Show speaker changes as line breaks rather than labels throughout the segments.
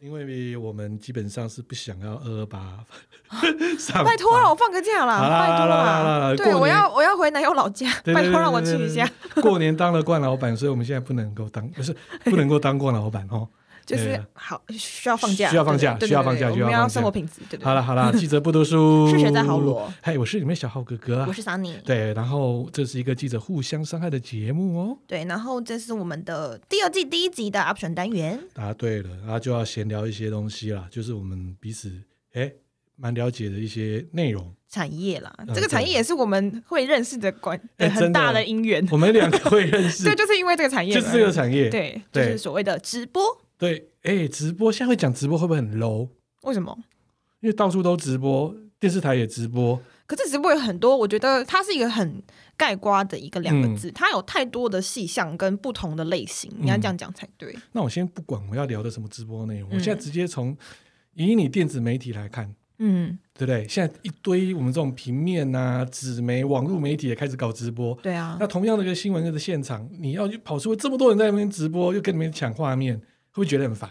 因为我们基本上是不想要二二八上班，
哦拜托让我放个假啦，
好啦
拜托
好啦好啦好啦
对，
过
我
年
要我要回男友老家，
对对
拜
对
托让我去
对对
一下。
对过年当了惯老板，所以我们现在不能够当，不是不能够当惯老板 哦。
就是
对
好需要放假，
需要放假
对对对
需要放假
对对
需要
我们
放
要
假
生活品质，对对。对
好了， 好了，记者不读书，
是谁在豪罗？
嗨，我是你们小浩哥哥啊
我。是桑尼，
对，然后这是一个记者互相伤害的节目哦。
对，然后这是我们的第二季第一集的 option 单元，
答对了，然后就要闲聊一些东西啦，就是我们彼此哎蛮了解的一些内容。
产业啦，
嗯
这个产业
对
也是我们会认识的关
哎
对
真
很
的
大的因缘，
我们两个会认识，
对，就是因为这个产业，
就是这个产业。
对，就
对
是所谓的直播，
对，哎，直播下回讲直播会不会很 low？
为什么？
因为到处都直播，电视台也直播，
可是直播有很多，我觉得它是一个很盖瓜的一个两
嗯
个字，它有太多的细项跟不同的类型，你要这样讲才对。
那我先不管我要聊的什么直播内容，我
嗯
现在直接从以你电子媒体来看，
嗯，
对不对？现在一堆我们这种平面啊、纸媒、网络媒体也开始搞直播。
对啊
那，同样的一个新闻的现场，你要去跑出这么多人在那边直播，又跟你们抢画面，会不会觉得很烦？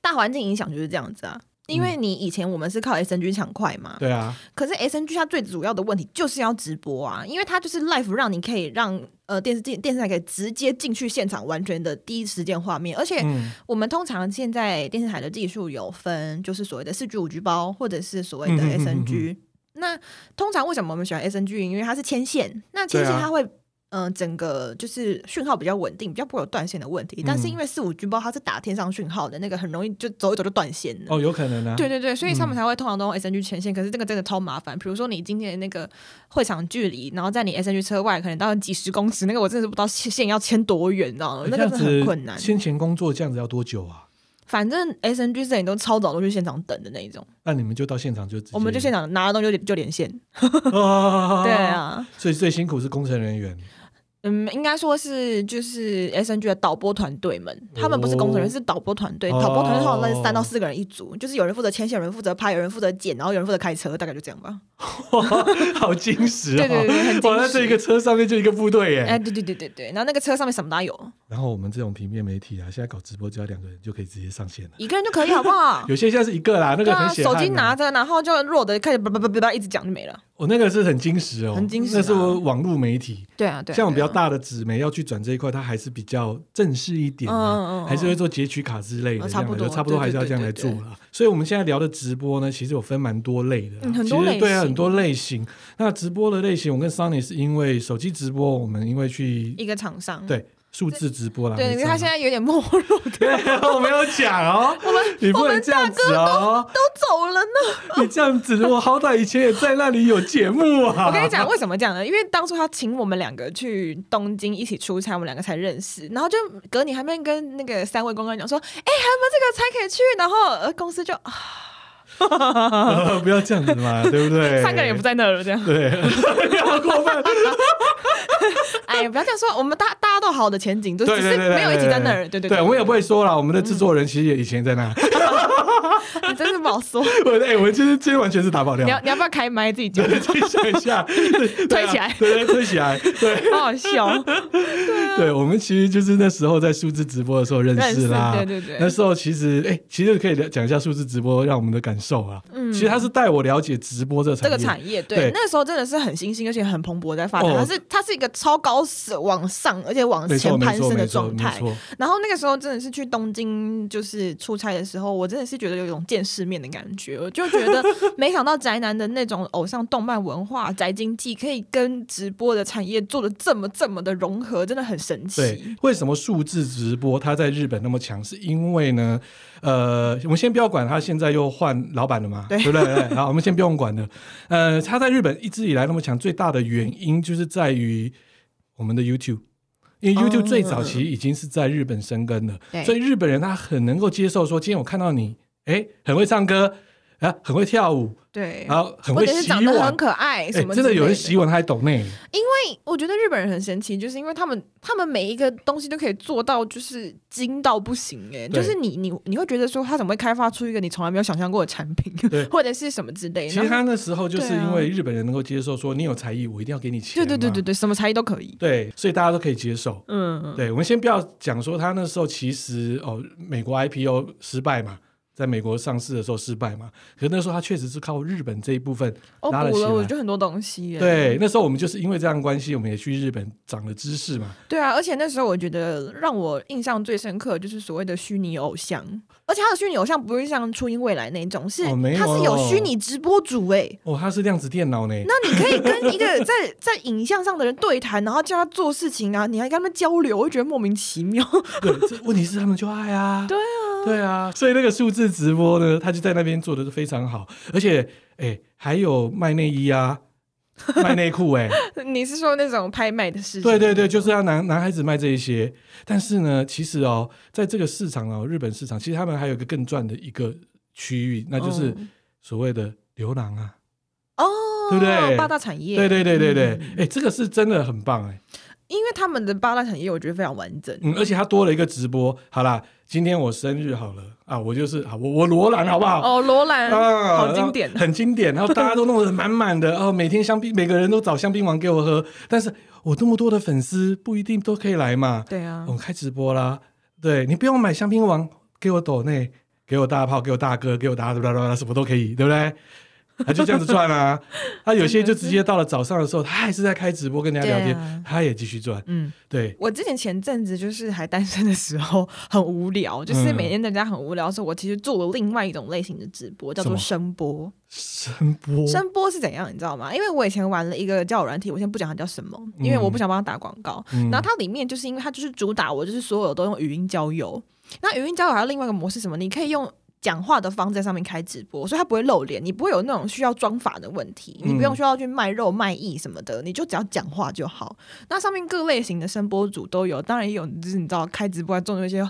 大环境影响就是这样子啊。因为你以前我们是靠 S N G 抢快嘛，
嗯对啊，
可是 S N G 它最主要的问题就是要直播啊，因为它就是 live 让你可以让呃电视电电视台可以直接进去现场，完全的第一时间画面，而且
嗯
我们通常现在电视台的技术有分，就是所谓的四 G、五 G 包，或者是所谓
嗯
的
嗯嗯
SNG。那通常为什么我们喜欢 SNG？因为它是牵线，那牵线
对啊
它会。嗯、整个就是讯号比较稳定，比较不会有断线的问题。但是
嗯
因为四五 G 包它是打天上讯号的，那个很容易就走一走就断线了。
哦，有可能啊。
对对对，所以他
嗯
们才会通常都用 S N G 前线，可是这个真的超麻烦。比如说你今天的那个会场距离，然后在你 S N G 车外，可能到几十公尺，那个我真的是不知道线要牵多远，你知道吗？
哎这
那个
样
真的很
子
困难。
先前工作这样子要多久啊？
反正 S N G 摄影都超早都去现场等的那一种，
那你们就到现场就直接，
我们 就现场拿了东西就就连线。
啊
对，啊，
所以最辛苦是工程人员，
嗯，应该说是就是 S N G 的导播团队们，他们不是工程人员，
哦
是导播团队。
哦
导播团队通常都是三到四个人一组，就是有人负责牵线，有人负责拍，有人负责剪，然后有人负责开车，大概就这样 吧。
好矜持
对
啊！
对对， 很
哇，那
精
这一个
实。
车上面就一个部队耶。
哎，对对对对对，然后那个车上面什么都有，
然后我们这种平面媒体啊，现在搞直播只要两个人就可以直接上线了。？
一个人就可以，好不好
有些现在是一个啦，那
对
个
啊，
很血汗、
手机拿，着，然后就弱的开始叭叭叭叭叭一直讲就没了。
我、那个是很矜持哦，
很矜持啊
那是我网络媒体，
对啊，对啊，
像我们比
对
较
啊
大的纸媒要去转这一块，它还是比较正式一点啊，
嗯嗯嗯
还是会做截取卡之类的，
嗯
这样
差不
来做
多
差不多
对对
还是要这样来做
对
啦。所以我们现在聊的直播呢，其实有分蛮多类的啦，
嗯很多
其实
类
对啊，
型
很多类型。那直播的类型，我跟 Sunny 是因为手机直播，我们因为去
一个厂商。
对数字直播啦，
对，
没
因
错
为他
啦
现在有点没落，
对， 我没有讲哦，我们你不能这样子哦，
都走了呢。
你这样子，我好歹以前也在那里有节目啊。
我跟你讲，为什么这样呢？因为当初他请我们两个去东京一起出差，我们两个才认识，然后就隔你还没跟那个三位公关讲说，哎、还有没有这个才可以去？然后、呃、公司就、啊
呃，不要这样子 嘛，对不对？
三个人也不在那了，这样。
对，不要过分。
哎，不要这样说，我们大大家都好的前景，就
对
只
对
是
对对，
没有一起在那儿。对
对
对嗯
我们也不会说了，我们的制作人其实也以前在那。
你真是不好说。
我哎，我今天今天完全是打爆
你要
料。
你要不要开麦自己讲？
推一 下，推
推起来
对对，推起来， 对
好好笑。哦
对，我们其实就是那时候在数字直播的时候认识啦，
认识对对对
那时候其实哎，其实可以聊讲一下数字直播让我们的感受啊。嗯，其实他是带我了解直播这个产
这
业，
个产业，对，
对
那时候真的是很新兴，而且很蓬勃在发展。
哦
它是它是一个超高往上，而且往
没错
前
没
攀
错
升的
没错
状
没
态。
错，
然后那个时候真的是去东京，就是出差的时候，我真的是觉得有一种见世面的感觉。我就觉 得没想到宅男的那种偶像动漫文化、宅经济，可以跟直播的产业做的这么这么的融合，真的很神
对
奇。，
为什么数字直播它在日本那么强？是因为呢，呃，我们先不要管它现在又换老板了嘛，对不
对
对？对好，我们先不用管了。呃，它在日本一直以来那么强，最大的原因就是在于我们的 YouTube。因为 YouTube
嗯
最早期已经是在日本生根了，
对
所以日本人他很能够接受说，今天我看到你，哎，很会唱歌，啊，很会跳舞，
对，
然后啊很
或
会
者是
洗
长得
碗
很，可爱
哎
什，么之
真的
类的
有人洗碗还懂内，
因为我觉得日本人很神奇，就是因为他们他们每一个东西都可以做到就是精到不行哎、
对
就是你你你会觉得说他怎么会开发出一个你从来没有想象过的产品
对，
或者是什么之类
其实
的。然后
他那时候就是
对啊
因为日本人能够接受说，你有才艺，我一定要给你钱
对
嘛。
对对对对，什么才艺都可以。
对所以大家都可以接受。
嗯，
对，我们先不要讲说他那时候其实哦，美国 IPO 失败嘛，在美国上市的时候失败嘛，可是那时候它确实是靠日本这一部分
哦，
拉了
补
起
了我
来
就很多东西耶。
对，那时候我们就是因为这样的关系，我们也去日本长了知识嘛。
对啊，而且那时候我觉得让我印象最深刻的就是所谓的虚拟偶像，而且他的虚拟偶像不是像初音未来那一种，是
哦没有
他是有虚拟直播主哎、
哦，它是量子电脑呢。
那你可以跟一个 在在影像上的人对谈，然后叫他做事情啊，你还跟他们交流，我就觉得莫名其妙。
对，这问题是他们就爱啊。对啊，对啊，所以那个数字直播呢，他就在那边做的是非常好，而且哎、还有卖内衣 啊，卖内裤哎，
你是说那种拍卖的事情？
对对对，就是要男男孩子卖这一些。但是呢，其实哦，在这个市场哦，日本市场，其实他们还有一个更赚的一个区域，那就是
嗯
所谓的牛郎啊。
哦，
对不对
八大产业，
对对对对对，哎、
嗯
这个是真的很棒哎、
因为他们的八大产业我觉得非常完整。
嗯，而且它多了一个直播。好啦，今天我生日好了啊，我就是好，我我罗兰好不好？
哦，罗兰、
啊，
好经典
然后，很经典。然后大家都弄得满满的，哦，每天香槟，每个人都找香槟王给我喝。但是我这么多的粉丝，不一定都可以来嘛。
对啊
我，们开直播啦，对你不用买香槟王，给我抖内，给我大炮，给我大哥，给我大啦啦啦，什么都可以，对不对？他就这样子赚啊，他有些就直接到了早上的时候，他还是在开直播跟人家聊
对
天，
啊
他也继续赚。
嗯。
对，
我之前前阵子就是还单身的时候很无聊，就是
嗯
每天在家很无聊的时候，我其实做了另外一种类型的直播，叫
什
做
么
声波。
声波，
声波是怎样，你知道吗？因为我以前玩了一个交友软体，我先不讲它叫什么，因为我不想帮它打广告。
嗯
然后它里面就是因为它就是主打我就是所有都用语音交友，那语音交友还有另外一个模式是什么，你可以用。讲话的方式在上面开直播，所以它不会露脸，你不会有那种需要装法的问题，你不用需要去卖肉卖艺什么的，你就只要讲话就好。那上面各类型的声波主都有，当然也有就是你知道开直播还做那些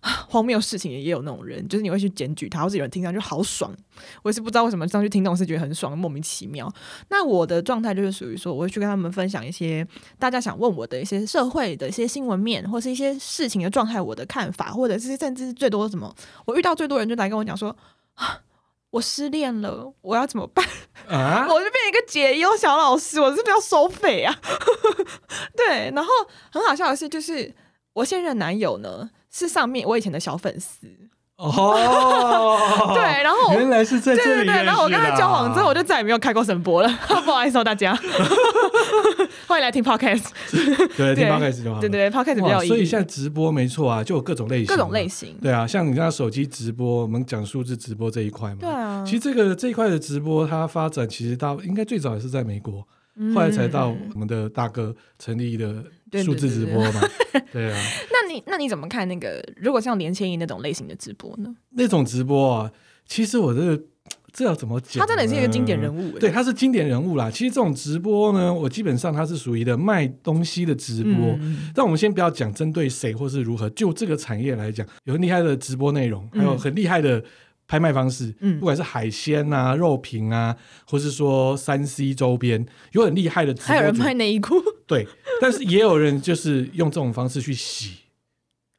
啊荒谬事情，也有那种人，就是你会去检举他，或者有人听上去好爽，我也是不知道为什么上去听众是觉得很爽，莫名其妙。那我的状态就是属于说，我会去跟他们分享一些大家想问我的一些社会的一些新闻面，或是一些事情的状态，我的看法，或者是甚至是最多什么，我遇到最多人就来跟我讲说啊。我失恋了，我要怎么 办？
啊
我就变成一个解忧小老师，我是不是要收费啊？ 对，然后很好笑的是，就是我现任男友呢是上面我以前的小粉丝，
哦，
对，，然后我
原来是在这
对
里认识
对
的啊
对，然后我跟他交往之后，我就再也没有开过声波了， 不好意思哦，大家，欢迎来听 podcast，
对
对
听 podcast 就好了，
对对对，podcast 比
哇
较有意义，
所以现在直播没错啊，就有各种类型，
各种类。型，
对啊，像你刚刚手机直播，我们讲数字直播这一块嘛，
对啊，
其实这个这一块的直播，它发展其实到应该最早也是在美国，
嗯
后来才到我们的大哥成立的
对对
数字直播嘛。对啊，
那你那你怎么看那个？如果像连千亿那种类型的直播呢？
那种直播啊，其实我这个这要怎么讲？啊
他真的是一个经典人
物。
物，欸
对，，他是经典人物啦。其实这种直播呢，我基本上它是属于的卖东西的直播。
嗯
但我们先不要讲针对谁或是如何，就这个产业来讲，有很厉害的直播内容，还有
嗯
很厉害的拍卖方式，
嗯
不管是海鲜啊、肉品啊，或是说三 C 周边，有很厉害的直
还有
播
人
主，
卖内衣裤，
对，但是也有人就是用这种方式去洗。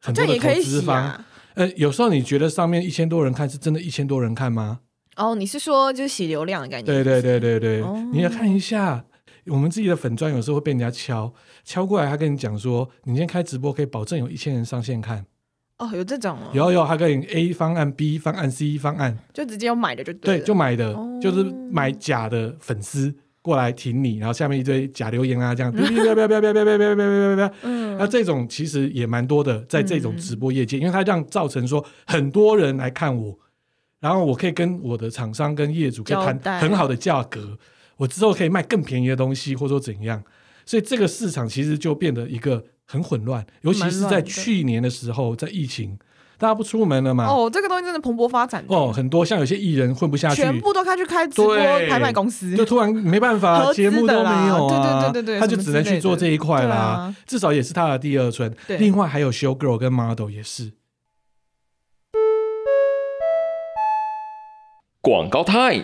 很
这
多
样
的
也可
投
以
资
洗
方，
啊。
呃，有时候你觉得上面一千多人看，是真的一千多人看吗？
哦，你是说就是洗流量的概念？
对对对对对，
哦
你要看一下。我们自己的粉砖有时候会被人家敲敲过来，他跟你讲说，你今天开直播可以保证有一千人上线看，
哦，有这种哦，
有啊有，他跟你 A 方案、B 方案、C 方案，
就直接有买的就
对，
了
就买的，
哦
就是买假的粉丝过来挺你，然后下面一堆假留言啊， 这样，不要不要不要不要不要不要不要不要不要，
嗯
那这种其实也蛮多的，在这种直播业界，因为它让造成说很多人来看我，然后我可以跟我的厂商跟业主可以
交
谈
代
很好的价格，我之后可以卖更便宜的东西，或者说怎样，所以这个市场其实就变得一个很混乱，尤其是
蛮乱
在
的
去年的时候，在疫情，大家不出门了嘛，
哦，这个东西真的蓬勃发展
啊哦，很多像有些艺人混不下去，
全部都开去开直播
对
拍卖公司，
就突然没办法，
合资
节
的
目都没有啊，
啦对对对对对
他就只能去做这一块
什么之类的
啦，
对啊
至少也是他的第二春。
对
另外还有 show girl 跟 model 也是，
广告 time。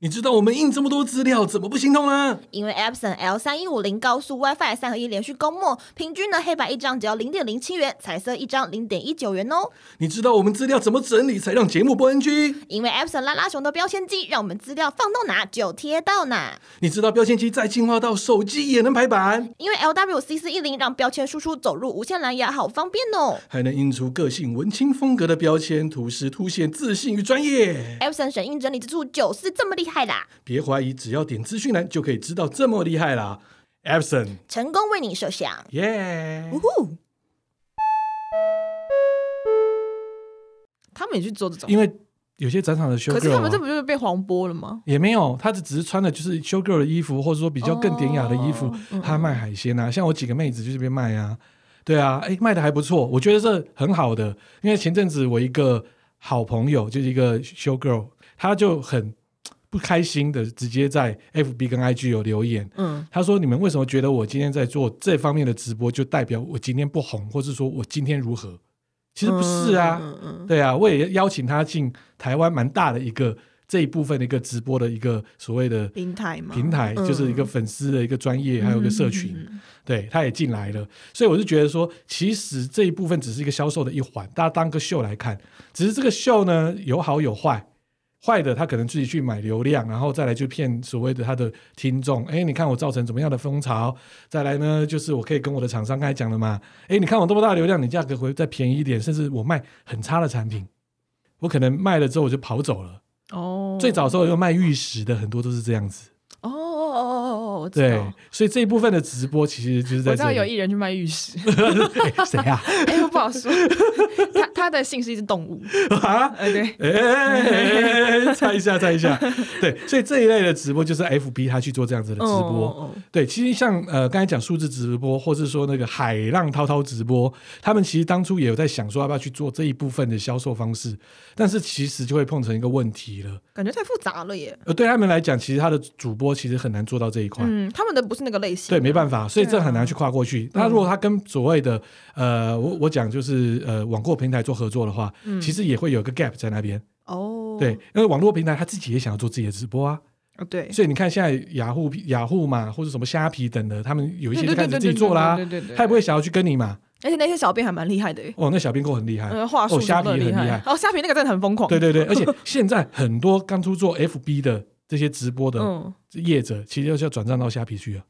你知道我们印这么多资料，怎么不心痛呢？
因为 Epson L 三一五零高速 WiFi 三合一连续供墨，平均呢黑白一张只要零点零七元，彩色一张零点一九元哦。
你知道我们资料怎么整理才让节目不 NG？
因为 Epson 拉拉熊的标签机，让我们资料放到哪就贴到哪。
你知道标签机再进化到手机也能排版，
因为 LWC 四一零让标签输出走入无线蓝牙好方便哦。
还能印出个性文青风格的标签图示，凸显自信与专业。
Epson 神印整理之处就是这么厉害啦，
别怀疑，只要点资讯栏就可以知道这么厉害啦。Epson，
成功为你设想。
耶、
呜呼！
他们也去做这种，
因为有些展场的 show
可是他们
girl
这
啊、
不就是被黄剥了吗？
也没有，他只只是穿的就是 show girl 的衣服，或者说比较更典雅的衣服
哦嗯。
他、卖海鲜啊，像我几个妹子就这边卖啊，对啊，哎、卖的还不错，我觉得这很好的。因为前阵子我一个好朋友，就是一个 show girl，她就很不开心的直接在 FB 跟 IG 有留言，
嗯，
他说：“你们为什么觉得我今天在做这方面的直播，就代表我今天不红，或是说我今天如何？其实不是啊，
嗯嗯
对啊，我也邀请他进台湾蛮大的一个这一部分的一个直播的一个所谓的
平台嘛，
平台，
嗯
就是一个粉丝的一个专业，还有一个社群，
嗯嗯嗯
对，他也进来了。所以我就觉得说，其实这一部分只是一个销售的一环，大家当个秀来看。只是这个秀呢，有好有坏。”坏的，他可能自己去买流量，然后再来去骗所谓的他的听众。哎，你看我造成怎么样的风潮？再来呢，就是我可以跟我的厂商刚才讲的嘛。哎，你看我这么大的流量，你价格会再便宜一点，甚至我卖很差的产品，我可能卖了之后我就跑走了。
哦，
最早的时候有卖玉石的，很多都是这样子。
哦哦哦哦哦，我知
对
道，，
所以这一部分的直播其实就是
我
在
知道
这
有
里。
艺人去卖玉石，
谁啊？
哎，我不好说， 他他的姓是一只动物，
啊？
呃，对，
哎，猜一下，猜一 下。对，所以这一类的直播就是 FB 他去做这样子的直播。
哦，哦哦
对，其实像呃刚才讲数字直播，或是说那个海浪滔滔直播，他们其实当初也有在想说要不要去做这一部分的销售方式，但是其实就会碰成一个问题了。
感觉太复杂了耶，
呃，对他们来讲，其实他的主播其实很难做到这一块。
嗯，他们的不是那个类型，
对，没办法，所以
对
这
啊嗯
很难去跨过去。那如果他跟所谓的呃，我我讲就是呃网购平台做合作的话，
嗯
其实也会有一个 gap 在那边。
哦，
对，因为网络平台他自己也想要做自己的直播啊，
哦，对，
所以你看现在雅虎、雅虎嘛，或者什么虾皮等的，他们有一些就开始自己做啦
对，对对对对对对对
他也不会想要去跟你嘛。
而且那些小编还蛮厉害的耶，
哦，那小编购很厉害，
呃，话术
哦，虾
什
皮
么
也
都
很厉
厉
害，
哦，虾皮那个真的很疯狂，
对对 对，而且现在很多刚出做 FB 的这些直播的
嗯，
业者，其实就是要转账到虾皮去了。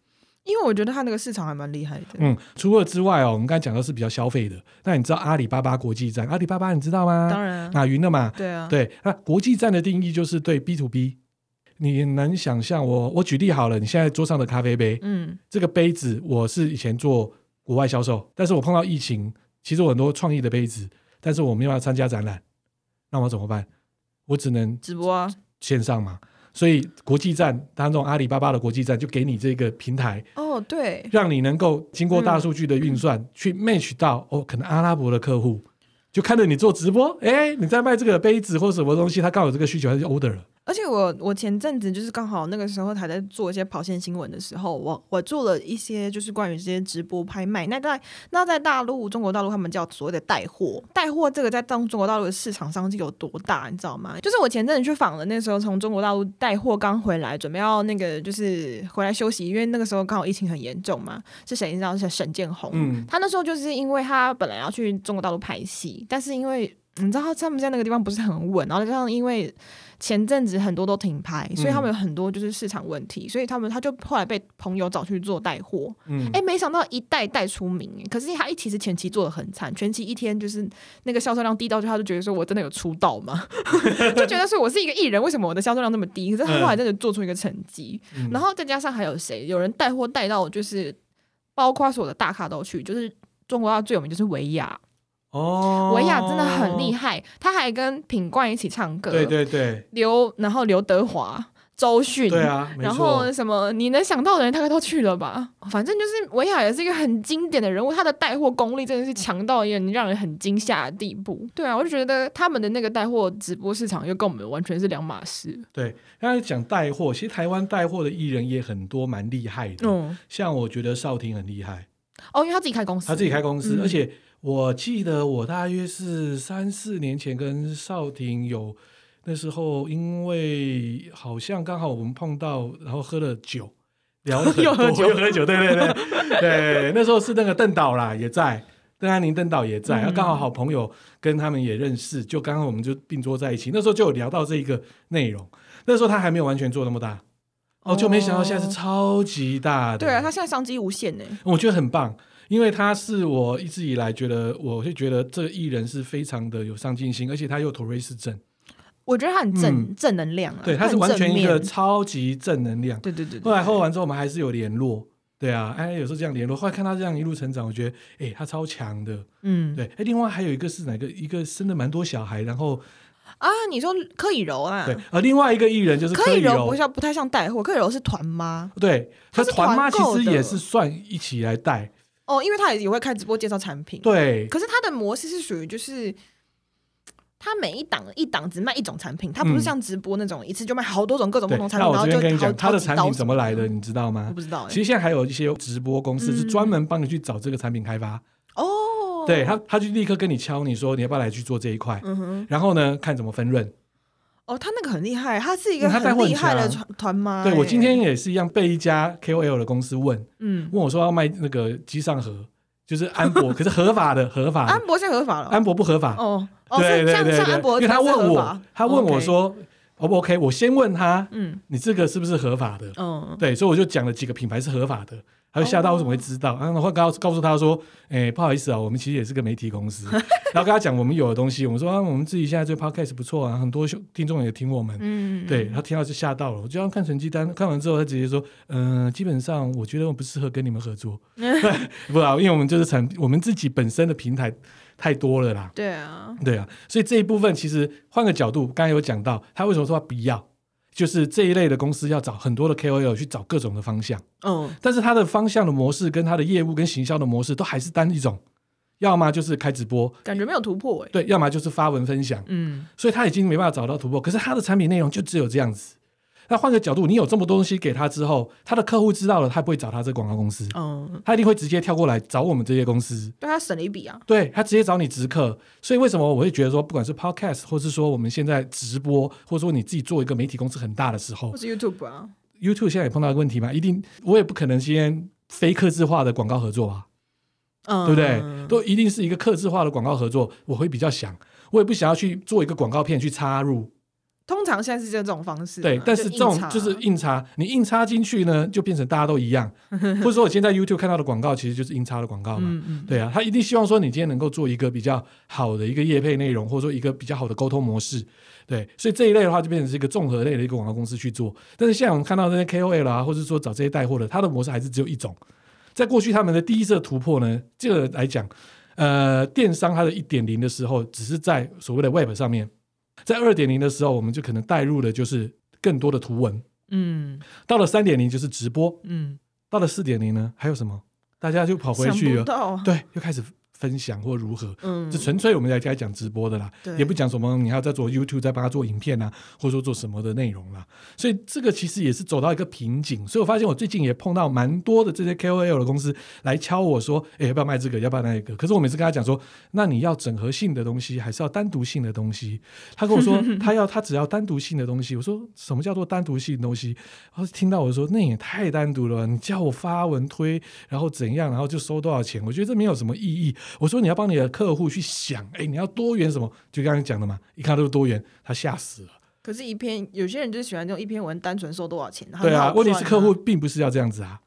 因为我觉得他那个市场还蛮厉害的，
嗯，除了之外哦，我们刚才讲到是比较消费的，那你知道阿里巴巴国际站？阿里巴巴你知道吗？
当然啊，
马云的嘛，
对啊，
对，那国际站的定义就是对 B to B。你能想象我我举例好了，你现在桌上的咖啡杯，
嗯，
这个杯子我是以前做国外销售，但是我碰到疫情，其实我很多创意的杯子，但是我没有办法参加展览，那我怎么办？我只能
直播啊，
线上嘛。所以国际站，它那种阿里巴巴的国际站就给你这个平台，
哦，对，
让你能够经过大数据的运算、去 match 到哦，可能阿拉伯的客户就看着你做直播，哎，你在卖这个杯子或什么东西，他刚好有这个需求，他就 order 了。
而且我我前阵子就是刚好那个时候还在做一些跑线新闻的时候，我我做了一些就是关于这些直播拍卖。那在那在大陆中国大陆他们叫所谓的带货，带货这个在当中国大陆的市场上是有多大，你知道吗？就是我前阵子去访了，那时候从中国大陆带货刚回来，准备要那个就是回来休息，因为那个时候刚好疫情很严重嘛。是谁？你知道是沈建宏，
嗯
他那时候就是因为他本来要去中国大陆拍戏，但是因为你知道他们在那个地方不是很稳，然后再加上因为前阵子很多都停拍，所以他们有很多就是市场问题，所以他们他就后来被朋友找去做带货，
嗯，
哎、没想到一带带出名，可是他一其实前期做的很惨，前期一天就是那个销售量低到，就他就觉得说我真的有出道吗？ 就觉得说我是一个艺人，为什么我的销售量那么低？可是他后来真的做出一个成绩，
嗯
然后再加上还有谁，有人带货带到就是包括所有的大咖都去，就是中国大陆最有名就是维亚，
哦，
维亚真的很厉，害，他还跟品冠一起唱歌，
对对对
刘然后刘德华、周迅，
对啊，没
然
错
后什么你能想到的人大概都去了吧，反正就是维亚也是一个很经典的人物，他的带货功力真的是强到一个让人很惊吓的地步。对啊，我就觉得他们的那个带货直播市场又跟我们完全是两码事。
对。刚才讲带货，其实台湾带货的艺人也很多，蛮厉害的。
嗯，
像我觉得少婷很厉害，
哦，因为他自己开公司，
他自己开公司，
嗯
而且我记得我大约是三四年前跟少婷有那时候因为好像刚好我们碰到，然后喝了酒，聊了很多，
又喝 酒
又喝酒，对对对对，那时候是那个邓导啦也在，
嗯
邓安宁邓导也在，然后刚好好朋友跟他们也认识，就刚刚我们就并桌在一起，那时候就有聊到这一个内容，那时候他还没有完全做那么大，哦，就没想到现在是超级大的，
对啊，他现在商机无限呢。
我觉得很棒，因为他是我一直以来觉得，我会觉得这个艺人是非常的有上进心，而且他又妥瑞氏症，
我觉得他很正、
嗯
正能量啊，
对，他
他
是
很
完
正
全一
面
个超级正能量。
对对对对
后来
对
后完之后，我们还是有联络，对啊，哎，有时候这样联络。后来看他这样一路成长，我觉得，哎、他超强的，
嗯
对。哎，另外还有一个是哪个？一个生了蛮多小孩，然后
啊，你说柯以柔啊，
对，呃，另外一个艺人就是
柯
以
以哦柔
柔
不，像不太像带货，柯以柔是团妈
对，
她
他
是
团妈
团
其
购
实也
的
是算一起来带，
哦，因为她也也会开直播介绍产品，
对，
可是它的模式是属于就是，它每一档一档只卖一种产品，它不是
嗯
像直播那种一次就卖好多种各种不
对。
同产
那
品，
我
然后
这
就
边跟你
好
讲，他的
好几
产
刀
品
什
怎么来的，你知道吗
我？不知道哎、
其实现在还有一些直播公司
嗯
是专门帮你去找这个产品开发，
哦，
对，他他就立刻跟你敲你说你要不要来去做这一块，
嗯哼，
然后呢看怎么分润。
哦，他那个很厉害，他是一个
嗯他带
很
货很
厉害的
强
团团妈、
对我
哎
今天也是一样被一家 KOL 的公司问
嗯，
问我说要卖那个机上盒，就是安博，可是合法的合法
安
的，
博啊现在合法了，
安博不合法。
哦哦，
对
像
对对
像像
对，
安博
因为
的
他
才是
问
合
我
法，
他问我
OK，
说 O 不 OK？我先问他
嗯
你这个是不是合法的？
嗯，
对，所以我就讲了几个品牌是合法的，他就吓到为什么会知
哦
道，啊然后告告诉他说，哎、不好意思啊，我们其实也是个媒体公 司，然后跟他讲我们有的东西，我们说、啊、我们自己现在这个 podcast 不错啊，很多兄听众也听我们。
嗯，
对他听到就吓到了，我就要看成绩单，看完之后他直接说，嗯、基本上我觉得我不适合跟你们合 作， 不啊，因为我们就是产我们自己本身的平台太多了啦，
对啊，
对啊，所以这一部分其实换个角度，刚才有讲到，他为什么说他不要，就是这一类的公司要找很多的 KOL 去找各种的方向，
嗯
但是它的方向的模式跟它的业务跟行销的模式都还是单一种，要么就是开直播，
感觉没有突破哎、
对，要么就是发文分享，
嗯
所以他已经没办法找到突破。可是他的产品内容就只有这样子。那换个角度，你有这么多东西给他之后，他的客户知道了，他不会找他这广告公司，
嗯，
他一定会直接跳过来找我们这些公司。
对他省了一笔啊，
对他直接找你直客，所以为什么我会觉得说，不管是 podcast，或是说我们现在直播，或者说你自己做一个媒体公司很大的时候
或是 YouTube 啊，
，YouTube 现在也碰到一个问题嘛，一定我也不可能先非客制化的广告合作啊，
嗯，
对不对？都一定是一个客制化的广告合作，我会比较想，我也不想要去做一个广告片去插入，
通常现在是这种方式嘛，啊
对。但是这种
硬插啊
就是硬插，你硬插进去呢，就变成大家都一 样，或者说我现在 YouTube 看到的广告其实就是硬插的广告嘛，
嗯嗯，
对啊，他一定希望说你今天能够做一个比较好的一个业配内容，或者说一个比较好的沟通模式。对，所以这一类的话就变成是一个综合类的一个广告公司去做。但是现在我们看到那些 KOL 啊，或者说找这些带货的，它的模式还是只有一种。在过去他们的第一次突破呢，这个来讲，呃，电商它的一点零的时候，只是在所谓的 Web 上面；在二点零的时候，我们就可能带入的就是更多的图文；
嗯
到了三点零就是直播；
嗯，
到了四点零呢，还有什么？大家就跑回
想
去
不
了。
到，
对，又开始分享或如何，
嗯，
这纯粹我们来来讲直播的啦，
对
也不讲什么你还要再做 YouTube 再帮他做影片啊，或者说做什么的内容啦。所以这个其实也是走到一个瓶颈。所以我发现我最近也碰到蛮多的这些 KOL 的公司来敲我说，哎，要不要卖这个，要不要那个？可是我每次跟他讲说，那你要整合性的东西，还是要单独性的东西？他跟我说他要他只要单独性的东西。我说什么叫做单独性的东西？然后听到我说那也太单独了吧，你叫我发文推，然后怎样，然后就收多少钱？我觉得这没有什么意义。我说你要帮你的客户去想，哎，你要多元什么？就刚刚讲的嘛，一看到这个多元，他吓死了。
可是，一篇有些人就喜欢这种一篇文单纯收多少钱，
对
很好
啊，
赚
问题是客户并不是要这样子啊。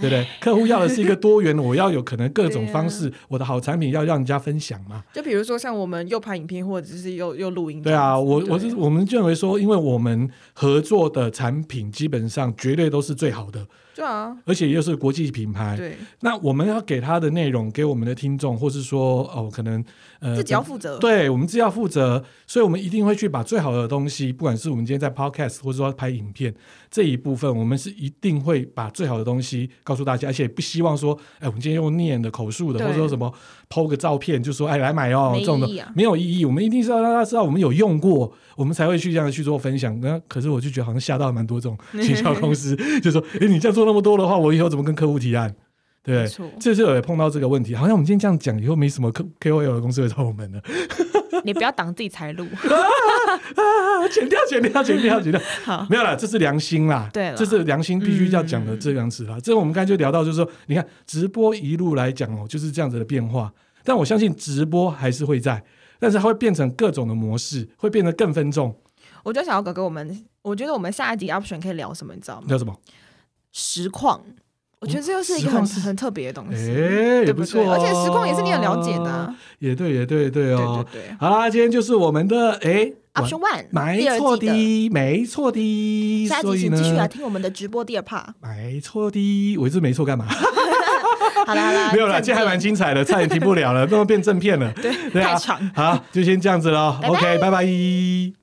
对不对？客户要的是一个多元的，我要有可能各种
对啊
方式，我的好产品要让人家分享嘛。
就比如说像我们又拍影片，或者是又又录音这
对啊，
样子，
我
对
我是我们认为说，因为我们合作的产品基本上绝对都是最好的，
对啊，
而且又是国际品牌。
对，
那我们要给他的内容，给我们的听众，或是说哦，可能呃，
自己要负责，
对，我们自己要负责，所以我们一定会去把最好的东西，不管是我们今天在 podcast 或者说拍影片这一部分，我们是一定会把最好的东西告诉大家，而且不希望说，哎，我们今天用念的口述的，
对
或者说什么抛个照片就说，哎，来买哦，
没
这种的
意义啊
没有意义。我们一定是要让大家知道我们有用过，我们才会去这样去做分享。那可是我就觉得好像吓到蛮多 这种行销公司，就说，哎，你这样做那么多的话，我以后怎么跟客户提案？对
没错，
这是有碰到这个问题。好像我们今天这样讲，以后没什么 K K O L 的公司会找我们了。
你不要挡自己财路。
啊 剪掉，剪掉，剪掉，剪掉，
好，
没有啦，这是良心啦，
对啦嗯
这是良心必须要讲的这样子啦。这我们刚才就聊到，就是说，你看直播一路来讲哦，就是这样子的变化。但我相信直播还是会在，但是它会变成各种的模式，会变得更分众。
我就想要哥哥，我们我觉得我们下一集 option 可以聊什么，你知道吗？
叫什么？
实况，我觉得这又是一
实
个
况
很
是
很特别的东
哎、
西，
也
对
不
不
错
嗯对？
哦、
而且实况也是你很了解的啊、
也对，也对，对哦。
对对啊对。
好啦，今天就是我们的哎、晚
Option One，
没
第二
错
季的。
的，没错的，
下一
所
集
以
请
呢
继，续来
啊
听我们的直播第二 part。
没错的，我一直没错干嘛？
好啦好啦，
没有啦，
再
这还
见
蛮精彩的， 差点停不了了，那么变正片了。对，
太
啊，
长
好，就先这样子喽。
拜拜
OK，拜拜。